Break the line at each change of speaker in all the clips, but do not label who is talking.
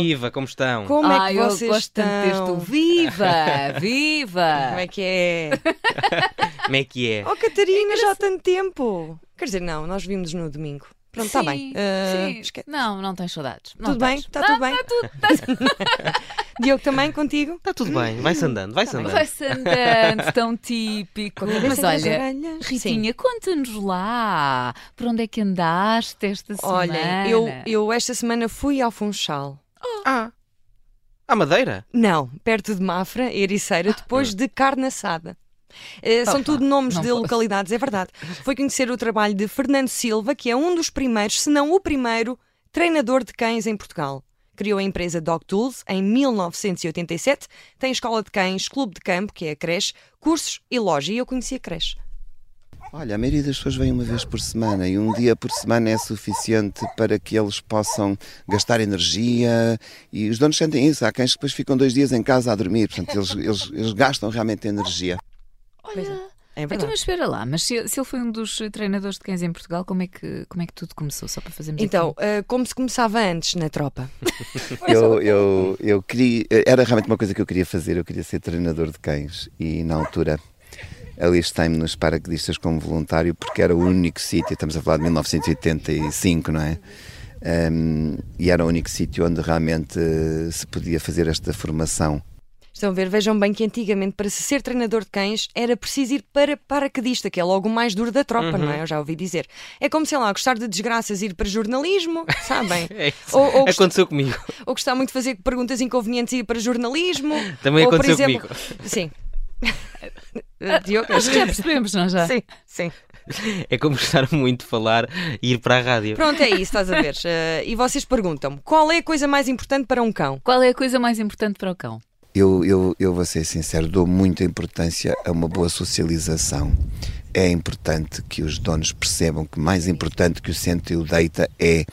Viva, como estão?
Como é
Ai,
que vocês
Ah, eu gosto
estão?
tanto deste tu. Viva! Viva!
Como é que é?
Como é que é?
Oh, Catarina, já há tanto tempo. Quer dizer, não, nós vimos no domingo. Pronto, está
Sim,
bem. Ah,
sim.
esque-
Não, não tens saudades. Não
Tudo bem?
tens.
Está tudo
Não,
bem?
Está tudo. tá Está
Diogo, também contigo?
Está tudo Tá bem, vai-se andando, vai-se andando.
Vai-se andando, tão típico. Mas
Cabeça das
olha,
orelhas.
Ritinha, conta-nos lá. Por onde é que andaste esta semana?
Olhem, eu, eu esta semana fui ao Funchal.
Ah, à Madeira?
Não, perto de Mafra, Ericeira, depois de carne assada. Eh, são tudo nomes
não
de
posso.
localidades, é verdade. Foi conhecer o trabalho de Fernando Silva, que é um dos primeiros, se não o primeiro, treinador de cães em Portugal. Criou a empresa Dog Tools em 1987, tem escola de cães, clube de campo, que é a creche, cursos e loja, e eu conheci a creche.
Olha, a maioria das pessoas vem uma vez por semana e um dia por semana é suficiente para que eles possam gastar energia e os donos sentem isso. Há cães que depois ficam dois dias em casa a dormir, portanto, eles, eles- eles gastam realmente energia.
Olha,
É
então,
verdade.
mas espera lá, mas se, se ele foi um dos treinadores de cães em Portugal, como é que, como é que tudo começou? Só para fazermos
Então, eh, como se começava antes na tropa?
Eu, eu, eu queria, era realmente uma coisa que eu queria fazer, eu queria ser treinador de cães e na altura alistei-me nos paraquedistas como voluntário porque era o único sítio, estamos a falar de 1985, não é? Ahm, e era o único sítio onde realmente eh, se podia fazer esta formação.
Estão a ver, vejam bem que antigamente para se ser treinador de cães era preciso ir para paraquedista, que é logo o mais duro da tropa, não é? Eu já ouvi dizer. É como, sei lá, gostar de desgraças ir para jornalismo, sabem?
É isso.
Ou, ou gost-
Aconteceu comigo.
ou gostar muito de fazer perguntas inconvenientes e ir para jornalismo.
Também
ou, por
aconteceu
exemplo... Sim. Diogo?
Acho que é já percebemos, não já?
Sim, sim.
É como gostar muito de falar e ir para a rádio.
Pronto, é isso, estás a ver. Eh, e vocês perguntam-me qual é a coisa mais importante para um cão?
Qual é a coisa mais importante para o cão?
Eu, eu, eu vou ser sincero, dou muita importância a uma boa socialização. É importante que os donos percebam que mais importante que o sente e o deita é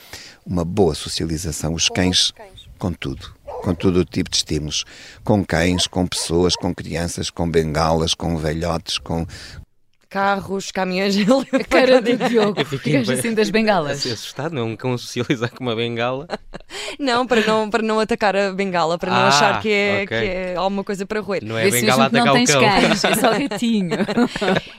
uma boa socialização. Os cães, com tudo, com todo o tipo de estímulos. Com cães, com pessoas, com crianças, com bengalas, com velhotes, com,
Carros, caminhões, um
A cara do Diogo,
Eu fiquei
ficas
bem-
assim das bengalas.
Assim, assustado, não é um cão a socializar com uma bengala.
Não, para não, para não atacar a bengala, para não
Ah,
achar que é,
ok.
que é alguma coisa para roer.
Não é a
Vê se
bengala a
mesmo que não
atacar o
tens
cão.
cães, é só gatinho.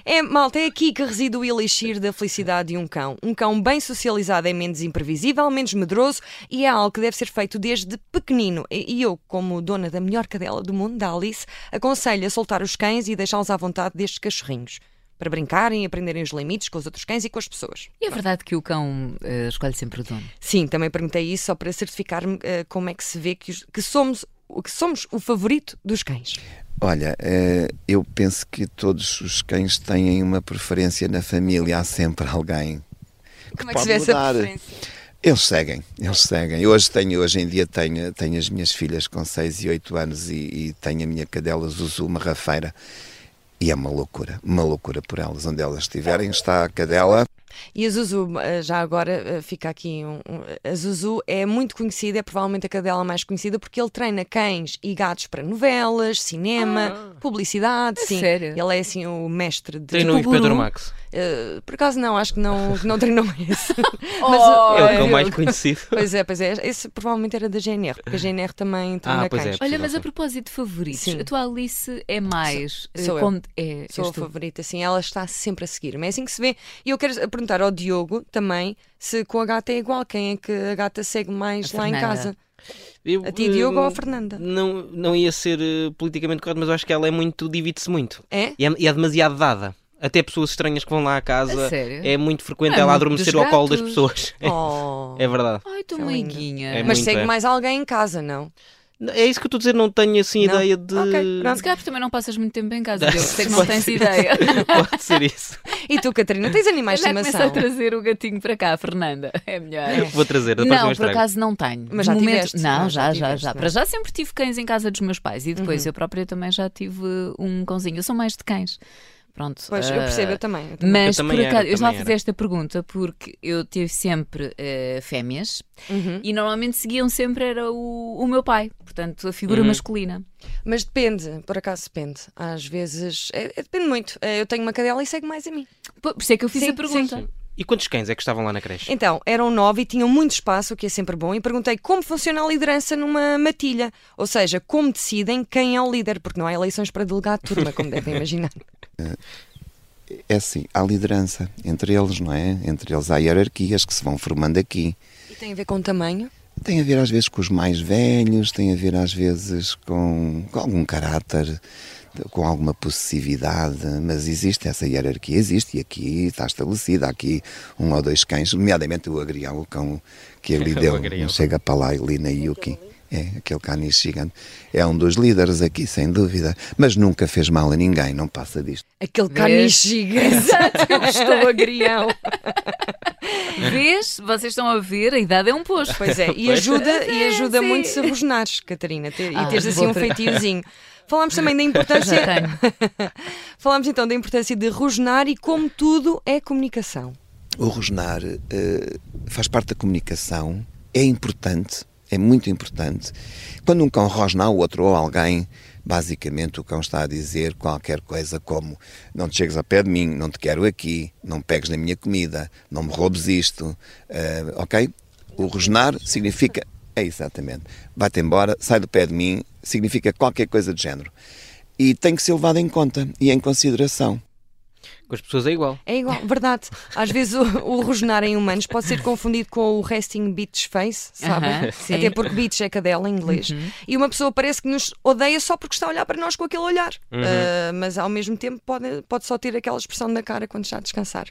É, malta, é aqui que reside o elixir da felicidade de um cão. Um cão bem socializado é menos imprevisível, menos medroso e é algo que deve ser feito desde pequenino. E e eu, como dona da melhor cadela do mundo, da Alice, aconselho a soltar os cães e deixá-los à vontade destes cachorrinhos. Para brincarem e aprenderem os limites com os outros cães e com as pessoas.
E é verdade que o cão eh, escolhe sempre o dono.
Sim, também perguntei isso só para certificar-me eh, como é que se vê que, os- que somos, que somos o favorito dos cães.
Olha, eh, eu penso que todos os cães têm uma preferência na família, há sempre alguém. que
Como é que
pode
se vê essa
mudar.
preferência?
Eles seguem, eles seguem. Eu Hoje, tenho, hoje em dia tenho, tenho as minhas filhas com 6 e 8 anos e, e tenho a minha cadela Zuzu Marrafeira. E é uma loucura, uma loucura por elas. Onde elas estiverem está a cadela.
E a Zuzu, eh, já agora eh, fica aqui um, um- A Zuzu é muito conhecida, é provavelmente a cadela mais conhecida, porque ele treina cães e gatos para novelas, cinema, publicidade.
É
sim.
sério?
Ele é assim o mestre de.
Treinou o
Tipo
Inspector
guru.
Max.
Eh, por acaso não, acho que não, que não treinou esse.
Oh,
É o cão
eu-
mais conhecido.
Pois é, pois é. Esse provavelmente era da GNR, porque a GNR também treina
pois é.
cães.
Olha, mas a propósito de favoritos,
Sim.
a tua Alice é mais. eh,
sou eu.
como- É,
Sou
és
a
tu.
favorita, sim, ela está sempre a seguir-me. É assim que se vê. E eu quero perguntar ao Diogo também se com a gata é igual, quem é que a gata segue mais
A
lá em
Fernanda. Hum.
casa.
Eu,
A ti, Diogo, ou a
eh,
Fernanda?
Não, não ia ser eh, politicamente correto, mas eu acho que ela é muito, divide-se muito.
É?
E é, e é demasiado dada. Até pessoas estranhas que vão lá à casa.
A sério?
É muito frequente
Ah,
ela
muito
adormecer
dos
ao colo das
gatos.
pessoas.
Oh.
É verdade.
Ai, tu
Ela ainda-
meiguinha.
É
Mas
muito,
segue
é.
mais alguém em casa, não?
É isso que eu estou a dizer, não tenho assim
Não?
ideia de.
Ok, pronto.
Se calhar porque também não passas muito tempo em casa, Diogo, sei que não
Pode
tens
ser isso.
ideia.
Pode ser isso.
E tu, Catarina, tens animais de
Já começa a
estimação?
trazer o gatinho para cá, Fernanda. É melhor.
Vou trazer, da próxima
Não,
vez
por
trago.
acaso não tenho.
Mas
De
já
momento-
tiveste,
Não,
não, já
já, já,
tiveste,
já.
não. é? Uhum.
Para já sempre tive cães em casa dos meus pais e depois eu própria também já tive um cãozinho. Eu sou mais de cães. Pronto.
Pois, eu
ah,
percebo, eu também. eu também.
Mas
Eu também
por
era,
acaso, eu já
também
fiz
era.
esta pergunta porque eu tive sempre eh, fêmeas
Uhum.
e normalmente seguiam sempre era o, o meu pai, portanto, a figura
Uhum.
masculina.
Mas depende, por acaso depende. Às vezes, é- é- depende muito. É, Eu tenho uma cadela e segue mais a mim.
Por por isso é que eu fiz
Sim,
a pergunta.
E quantos cães é que estavam lá na creche?
Então, eram nove e tinham muito espaço, o que é sempre bom, e perguntei como funciona a liderança numa matilha, ou seja, como decidem quem é o líder, porque não há eleições para delegado de turma, como devem imaginar.
É assim, há liderança entre eles, não é? Entre eles há hierarquias que se vão formando aqui.
E tem a ver com o tamanho?
Tem a ver às vezes com os mais velhos, tem a ver às vezes com, com algum caráter, com alguma possessividade, mas existe essa hierarquia, existe e aqui está estabelecida. Há aqui um ou dois cães, nomeadamente o agrião, o cão que ele
O
deu,
agrião.
chega para lá, Lina Yuki. É, aquele caniche gigante. É um dos líderes aqui, sem dúvida, mas nunca fez mal a ninguém, não passa disto.
Aquele
Vês?
caniche gigante. Exato, eu estou agrião.
Vês? Vocês estão a ver, a idade é um posto.
Pois é, e
Pois.
ajuda, e ajuda
sim.
muito se rosnares, Catarina, ter-
Ah,
e teres assim
vou
um
pre-
feitiozinho. Falámos também da importância.
Já tenho.
Falámos então da importância de rosnar e como tudo é comunicação.
O rosnar eh, faz parte da comunicação, é importante, é muito importante. Quando um cão rosna ao outro ou alguém, basicamente o cão está a dizer qualquer coisa como não te chegues a pé de mim, não te quero aqui, não pegues na minha comida, não me roubes isto, eh, ok? O rosnar significa, é exatamente, vai-te embora, sai do pé de mim, significa qualquer coisa do género. E tem que ser levado em conta e em consideração.
Com as pessoas é igual.
É igual, verdade. Às vezes o, o rosnar em humanos pode ser confundido com o resting bitch face, sabe?
Aham, sim. Uhum.
Até porque bitch é cadela em inglês. E uma pessoa parece que nos odeia só porque está a olhar para nós com aquele olhar. Ah, mas ao mesmo tempo pode, pode só ter aquela expressão na cara quando está a descansar.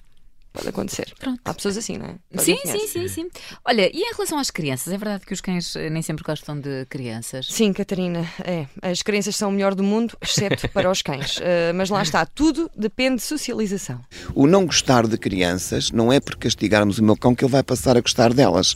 Pode acontecer.
Pronto.
Há pessoas assim, não é? Todos
Sim,
a conhecem.
sim, sim, sim. Olha, e em relação às crianças? É verdade que os cães eh, nem sempre gostam de crianças.
Sim, Catarina, é. As crianças são o melhor do mundo, excepto para os cães. Ah, mas lá está, tudo depende de socialização.
O não gostar de crianças não é por castigarmos o meu cão que ele vai passar a gostar delas.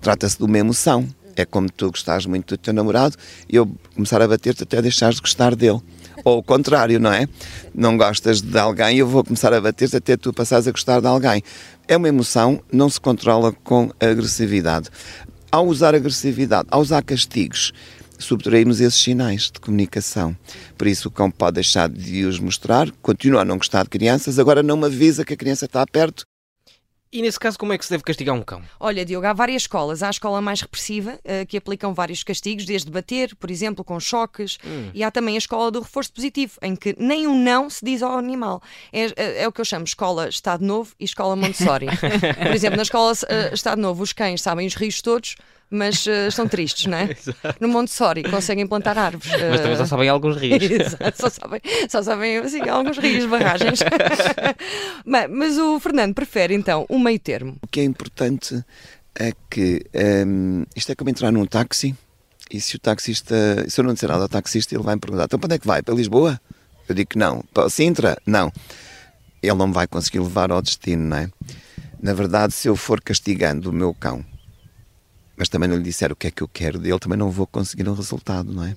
Trata-se de uma emoção. É como tu gostares muito do teu namorado e eu começar a bater-te até deixares de gostar dele. Ou o contrário, não é? Não gostas de alguém e eu vou começar a bater-te até tu passares a gostar de alguém. É uma emoção, não se controla com agressividade. Ao usar agressividade, ao usar castigos, subtraímos esses sinais de comunicação. Por isso, o cão pode deixar de os mostrar, continua a não gostar de crianças, agora não me avisa que a criança está perto.
E nesse caso, como é que se deve castigar um cão?
Olha, Diogo, há várias escolas. Há a escola mais repressiva, eh, que aplicam vários castigos, desde bater, por exemplo, com choques.
Hum.
E há também a escola do reforço positivo, em que nem um não se diz ao animal. É, eh, é o que eu chamo escola Estado Novo e escola Montessori. por exemplo, na escola eh, Estado Novo, os cães sabem os rios todos, mas eh, estão tristes, não é? No Montessori, conseguem plantar árvores.
Mas também
eh,
só sabem alguns rios.
Exato, só sabem, só sabem assim, alguns rios, barragens. mas, mas o Fernando prefere então o meio termo.
O que é importante é que hum, isto é como entrar num táxi e se o taxista, se eu não disser nada ao taxista, ele vai me perguntar: então para onde é que vai? Para Lisboa? Eu digo que não. Para Sintra? Não. Ele não me vai conseguir levar ao destino, não é? Na verdade, se eu for castigando o meu cão mas também não lhe disser o que é que eu quero dele, também não vou conseguir um resultado, não é?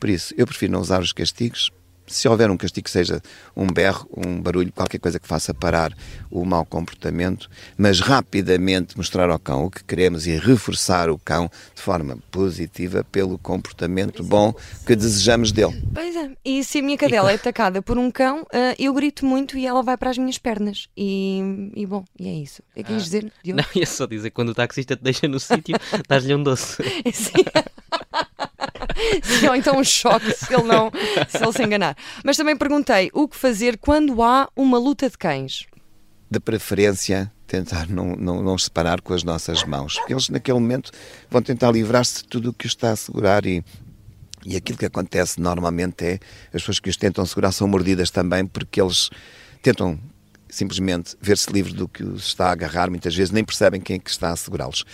Por isso, eu prefiro não usar os castigos. Se houver um castigo, seja um berro, um barulho, qualquer coisa que faça parar o mau comportamento, mas rapidamente mostrar ao cão o que queremos e reforçar o cão de forma positiva pelo comportamento bom que desejamos dele.
Pois é, e se a minha cadela é atacada por um cão, ah, eu grito muito e ela vai para as minhas pernas. E, e bom, e é isso. É que quis dizer, Diogo?
Não, ia só dizer, quando o taxista te deixa no sítio, dás-lhe um doce.
Sim. Sim, Ou então um choque se ele não se, ele se enganar. Mas também perguntei o que fazer quando há uma luta de cães.
de preferência tentar não, não, não os separar com as nossas mãos, porque eles naquele momento vão tentar livrar-se de tudo o que os está a segurar e, e aquilo que acontece normalmente é as pessoas que os tentam segurar são mordidas também porque eles tentam simplesmente ver-se livre do que os está a agarrar, muitas vezes nem percebem quem é que está a segurá-los.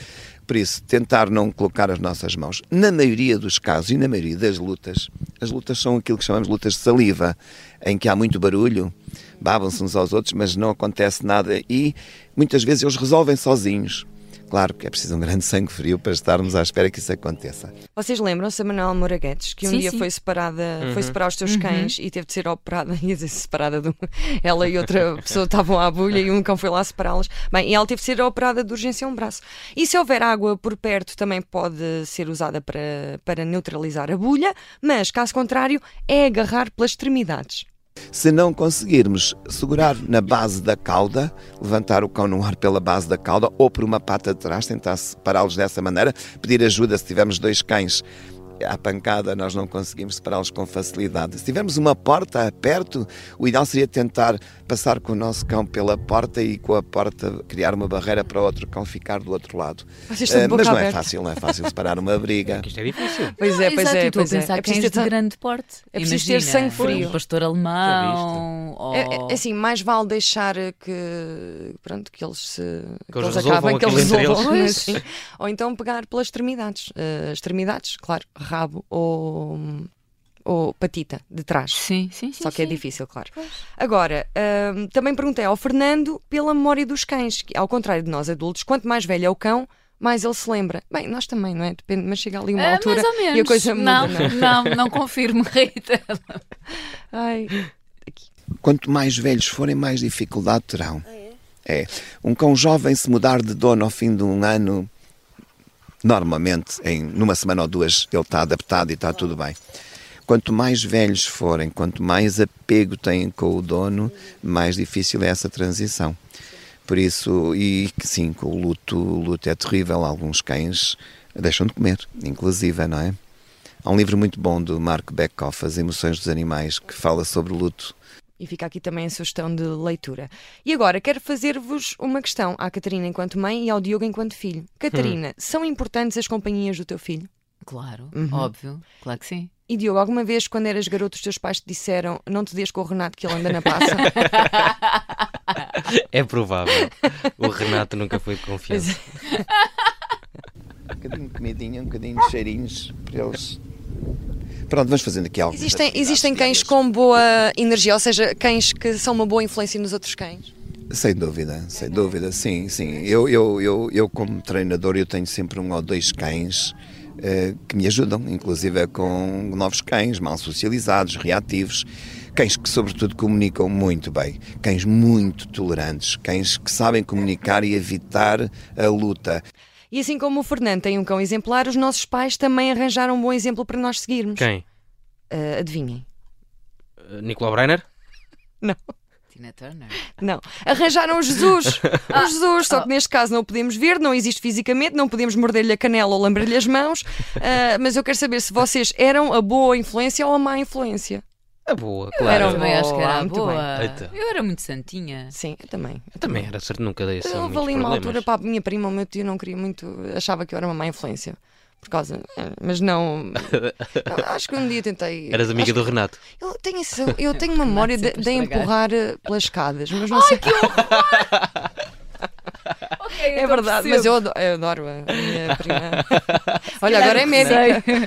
Por isso, tentar não colocar as nossas mãos. Na maioria dos casos e na maioria das lutas, as lutas são aquilo que chamamos de lutas de saliva, em que há muito barulho, babam-se uns aos outros, mas não acontece nada e muitas vezes eles resolvem sozinhos. Claro que é preciso um grande sangue frio para estarmos à espera que isso aconteça.
Vocês lembram-se da Manuela Moraguetes, que um
Sim, Uhum.
dia
sim.
foi separada, foi separar os seus cães e teve de ser operada, ia dizer separada de um- ela e outra pessoa estavam à bulha e um cão foi lá separá-las. Bem, e ela teve de ser operada de urgência a um braço. E se houver água por perto, também pode ser usada para, para neutralizar a bulha, mas caso contrário, é agarrar pelas extremidades.
Se não conseguirmos segurar na base da cauda, levantar o cão no ar pela base da cauda ou por uma pata de trás, tentar separá-los dessa maneira, pedir ajuda se tivermos dois cães à pancada nós não conseguimos separá-los com facilidade. Se tivermos uma porta perto, o ideal seria tentar passar com o nosso cão pela porta e com a porta criar uma barreira para o outro cão ficar do outro lado.
Vocês estão de
Eh,
boca
mas não é
aberta.
fácil, não é fácil separar uma briga.
Isto é difícil.
Pois é, pois
Exato, e
é,
estou
pois
a
é.
pensar
É
cães
preciso
de
ter-
grande porte.
é preciso ter sangue frio.
Um pastor alemão. Ou...
É, é- assim, mais vale deixar que, pronto, que eles se
Que eles
acabem,
resolvam
que eles
aquilo entre
resolvam.
eles.
sim. Ou então pegar pelas extremidades. Eh, extremidades, claro, rabo ou, ou patita de trás.
Sim, sim, sim.
Só que é
sim.
difícil, claro. Agora, hum, também perguntei ao Fernando pela memória dos cães, que, ao contrário de nós adultos, quanto mais velho é o cão, mais ele se lembra. Bem, nós também, não é? Depende, mas chega ali uma
Ah,
altura
mais ou menos.
e a coisa muda.
não,
não é?
não, não confirmo, Rita.
Ai,
Quanto mais velhos forem, mais dificuldade terão. É. Um cão jovem se mudar de dono ao fim de um ano, normalmente, em numa semana ou duas, ele está adaptado e está tudo bem. Quanto mais velhos forem, quanto mais apego têm com o dono, mais difícil é essa transição. Por isso, e que sim, com o luto, o luto é terrível. Alguns cães deixam de comer, inclusive, não é? Há um livro muito bom do Mark Beckhoff, As Emoções dos Animais, que fala sobre o luto.
E fica aqui também a sugestão de leitura. E agora, quero fazer-vos uma questão à Catarina enquanto mãe e ao Diogo enquanto filho. Catarina, são importantes as companhias do teu filho?
Claro,
Uhum.
óbvio. Claro que sim.
E Diogo, alguma vez quando eras garoto os teus pais te disseram não te dês com o Renato que ele anda na passa?
É provável. O Renato nunca foi de confiança.
é.
Um bocadinho de comidinha, um bocadinho de cheirinhos para eles. Pronto, vamos fazendo aqui algo.
Existem, existem cães com boa energia, ou seja, cães que são uma boa influência nos outros cães.
Sem dúvida, sem dúvida, sim, sim. Eu, eu, eu, eu como treinador, eu tenho sempre um ou dois cães eh, que me ajudam, inclusive é com novos cães, mal socializados, reativos, cães que sobretudo comunicam muito bem, cães muito tolerantes, cães que sabem comunicar e evitar a luta.
E assim como o Fernando tem um cão exemplar, os nossos pais também arranjaram um bom exemplo para nós seguirmos.
Quem?
Ah, adivinhem.
Uh, Nicolau Breiner?
Tina Turner.
Não. Arranjaram o Jesus. O Jesus, só que neste caso não o podemos ver, não existe fisicamente, não podemos morder-lhe a canela ou lambrar-lhe as mãos. Ah, mas eu quero saber se vocês eram a boa influência ou a má influência.
A Ah, boa,
era
claro.
um-
Também acho que era
Boa, muito
boa.
bem. Eita.
Eu era muito santinha.
Sim, eu também.
Eu também era certo, nunca dei assim essa.
Eu houve ali uma altura para a minha prima, o meu tio não queria muito, achava que eu era uma má influência. Por causa. ah, Mas não. não, Acho que um dia tentei.
Eras amiga do Renato.
acho- Eu tenho, esse- eu tenho memória de,
sempre
de
a estragar.
empurrar eh, pelas escadas, mas não sei. É
então
verdade, mas eu ado- eu adoro, a minha prima. Olha, agora é médica.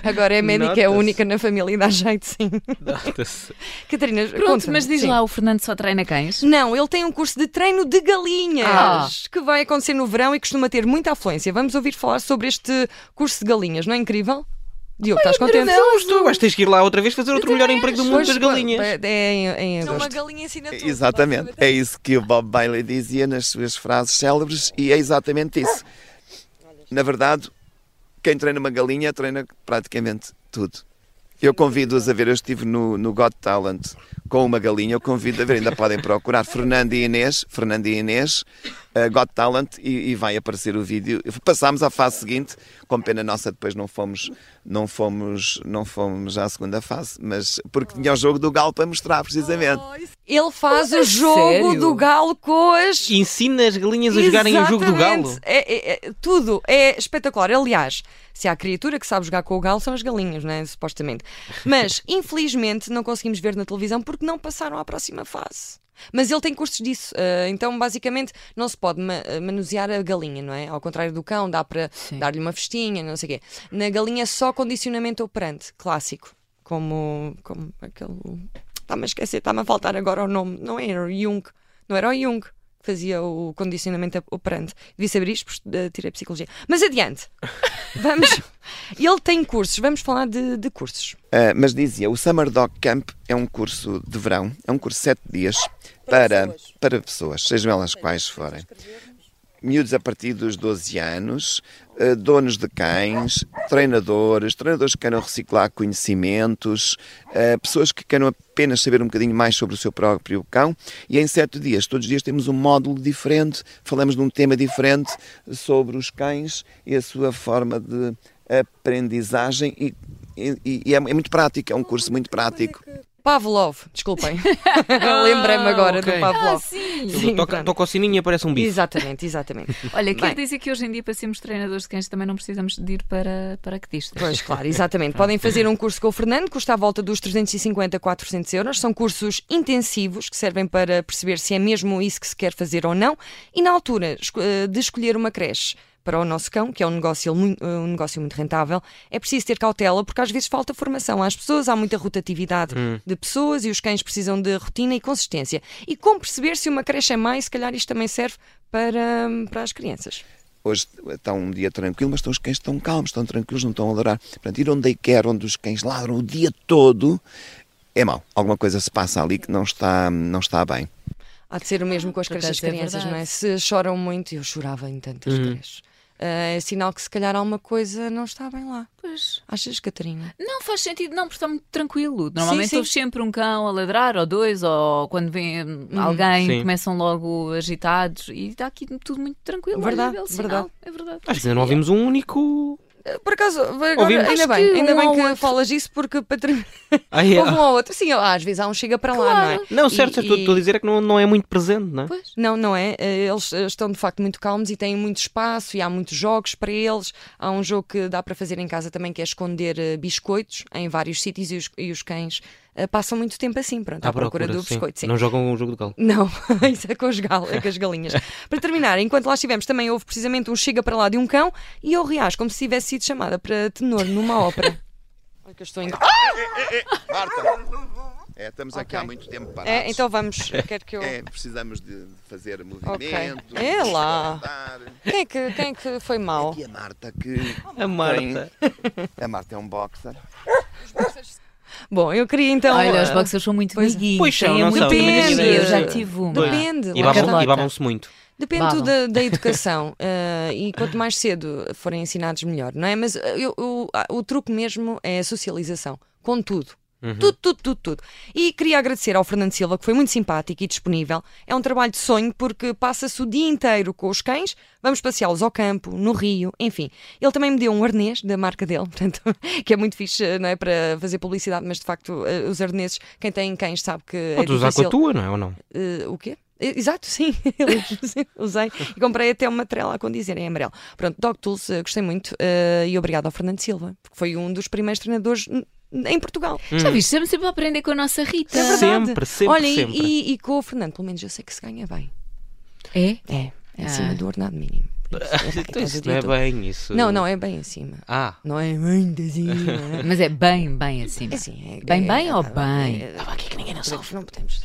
Agora é médica, é a
Nota-se.
única na família e dá jeito, sim. Catarina,
Pronto,
conta-me,
mas diz
sim.
lá, o Fernando só treina cães?
Não, ele tem um curso de treino de galinhas
Ah.
que vai acontecer no verão e costuma ter muita afluência. Vamos ouvir falar sobre este curso de galinhas, não é incrível? Diogo, estás contente?
Tu vais ter que ir lá outra vez fazer outro melhor emprego do mundo
Pois,
das galinhas.
É em, em agosto.
galinha ensina
Exatamente, é isso que o Bob Bailey dizia nas suas frases célebres e é exatamente isso. Na verdade, quem treina uma galinha treina praticamente tudo. Eu convido-os a ver, eu estive no, no Got Talent com uma galinha, eu convido a ver, ainda podem procurar Fernando e Inês, Fernando e Inês, eh, Got Talent e, e vai aparecer o vídeo. Passámos à fase seguinte, com pena nossa depois não fomos, não fomos, não fomos à segunda fase, mas porque tinha o jogo do Galo para mostrar precisamente.
Ele faz o
É
jogo
sério?
do galo com as
Ensina as galinhas a jogarem o jogo do galo.
Exatamente. É, é- é- tudo é espetacular. Aliás, se há criatura que sabe jogar com o galo, são as galinhas, não é? Supostamente. Mas, infelizmente, não conseguimos ver na televisão porque não passaram à próxima fase. Mas ele tem cursos disso, ah, então basicamente não se pode ma- ah, manusear a galinha, não é? Ao contrário do cão, dá para dar-lhe uma festinha, não sei o quê. Na galinha, é só condicionamento operante, clássico, como, como aquele. Está-me a esquecer, está-me a faltar agora o nome, não era o Jung, não era o Jung que fazia o condicionamento operante. Devia saber isto, porque eh, tirei psicologia. Mas adiante. Vamos. Ele tem cursos, vamos falar de, de cursos.
Uh, mas dizia, o Summer Dog Camp é um curso de verão, é um curso de sete dias para, para pessoas, sejam elas quais forem. miúdos a partir dos 12 anos, eh, donos de cães, treinadores, treinadores que queiram reciclar conhecimentos, eh, pessoas que queiram apenas saber um bocadinho mais sobre o seu próprio cão. E em sete dias, todos os dias temos um módulo diferente, falamos de um tema diferente sobre os cães e a sua forma de aprendizagem e, e- e é, é muito prático, é um curso muito prático.
Pavlov, desculpem. Lembrei-me agora
ok.
do Pavlov.
Ah, sim!
Sim,
toca,
pronto.
toca o sininho e aparece um bife.
Exatamente, exatamente.
Olha, quer
Bem.
dizer que hoje em dia, para sermos treinadores de cães, também não precisamos de ir para, para que
Pois, claro, exatamente. Podem fazer um curso com o Fernando, custa à volta dos 350 a 400 euros. São cursos intensivos que servem para perceber se é mesmo isso que se quer fazer ou não. E na altura esco- eh, de escolher uma creche para o nosso cão, que é um negócio, mui- eh, um negócio muito rentável, é preciso ter cautela porque às vezes falta formação às pessoas, há muita rotatividade de pessoas e os cães precisam de rotina e consistência. E como perceber se uma creche é mais, se calhar isto também serve para, hum, para as crianças.
Hoje está um dia tranquilo, mas estão os cães estão calmos, estão tranquilos, não estão a ladrar. Portanto, ir onde quer, onde os cães ladram o dia todo, é mau. Alguma coisa se passa ali que não está, não está bem.
Há de ser o mesmo com as
Por
creches de
acaso é
crianças, não é?
verdade.
Se choram muito, eu chorava em tantas
Hum.
creches. Ah, é sinal que se calhar alguma coisa não está bem lá.
Pois.
Achas, Catarina?
Não faz sentido, não, porque está muito tranquilo. Normalmente
sim.
ouves sempre um cão a ladrar, ou dois, ou quando vem hum, alguém,
Sim.
começam logo agitados. E está aqui tudo muito tranquilo. Olha,
Verdade,
belo sinal.
verdade.
É verdade.
Acho que ainda não ouvimos um único.
Ah, Por acaso, agora,
Ouvimos.
ainda
Acho
bem,
que
ainda
um
bem
ao
que
outro.
falas isso, porque para terminar,
Ah,
houve um
é.
ao outro. Sim, às vezes há um chega para lá, não é?
Não, certo,
E-
certo, estou a dizer é que não, não é muito presente, não é?
Pois.
Não, não é? Eh, Eles eh, estão de facto muito calmos e têm muito espaço e há muitos jogos para eles. Há um jogo que dá para fazer em casa também que é esconder eh, biscoitos em vários sítios e os, e os cães eh, passam muito tempo assim, pronto, à, procura, do
sim.
biscoito. Sim.
Não jogam o jogo do calo.
Não, isso é com, os gal, é com as galinhas. para terminar, enquanto lá estivemos, também houve precisamente um chega para lá de um cão e eu reajo como se tivesse sido chamada para tenor numa ópera. É, Olha que eu estou em...
É, Marta! É, estamos aqui há muito tempo parados.
É, então vamos, quero que eu.
É, precisamos de fazer movimentos.
movimentos, É lá.
levantar.
Quem é que, quem é que foi mau?
E a Marta que.
A Marta.
A Marta é um boxer.
Bom, eu queria então.
Olha, os
eh,
boxers são muito
pois-
amiguinhos.
Pois são,
têm
não
muito
são,
também tenho
amiguinho. Eu já
ideia.
tive uma.
Pois.
Depende,
E
lá
babam-
está.
e babam-se muito.
Depende tudo da,
Babam.
da educação eh, e quanto mais cedo forem ensinados, melhor, não é? Mas eh, eu- eu- ah, o truque mesmo é a socialização, com tudo.
Uhum.
Tudo, tudo, tudo, tudo. E queria agradecer ao Fernando Silva, que foi muito simpático e disponível. É um trabalho de sonho porque passa-se o dia inteiro com os cães, vamos passeá-los ao campo, no rio, enfim. Ele também me deu um arnês da marca dele, portanto, que é muito fixe, eh, não é? Para fazer publicidade, mas de facto, eh, os arneses, quem tem cães sabe que. é
Podes usar com
difícil.
a tua, não é? Ou não?
Eh, o quê? Eh, Exato, sim, Eu usei e comprei até uma trela a condizir em amarelo. Pronto, Dog Tools, eh, gostei muito eh, e obrigado ao Fernando Silva, porque foi um dos primeiros treinadores n- em Portugal.
Hum.
Já viste? Estamos sempre a aprender com a nossa Rita.
É verdade.
Sempre, sempre,
Olha, e-
sempre.
E, e com o Fernando, pelo menos eu sei que se ganha bem.
É?
É, é acima
Ah.
do ordenado mínimo. Por isso, é,
Então,
estás a
isso
dizer
não é
tudo.
bem isso.
não, não, é bem acima.
Ah,
Não é muito acima.
Mas é bem, bem acima.
É assim, é-
Bem,
é-
bem ou
é-
bem?
é- Não podemos.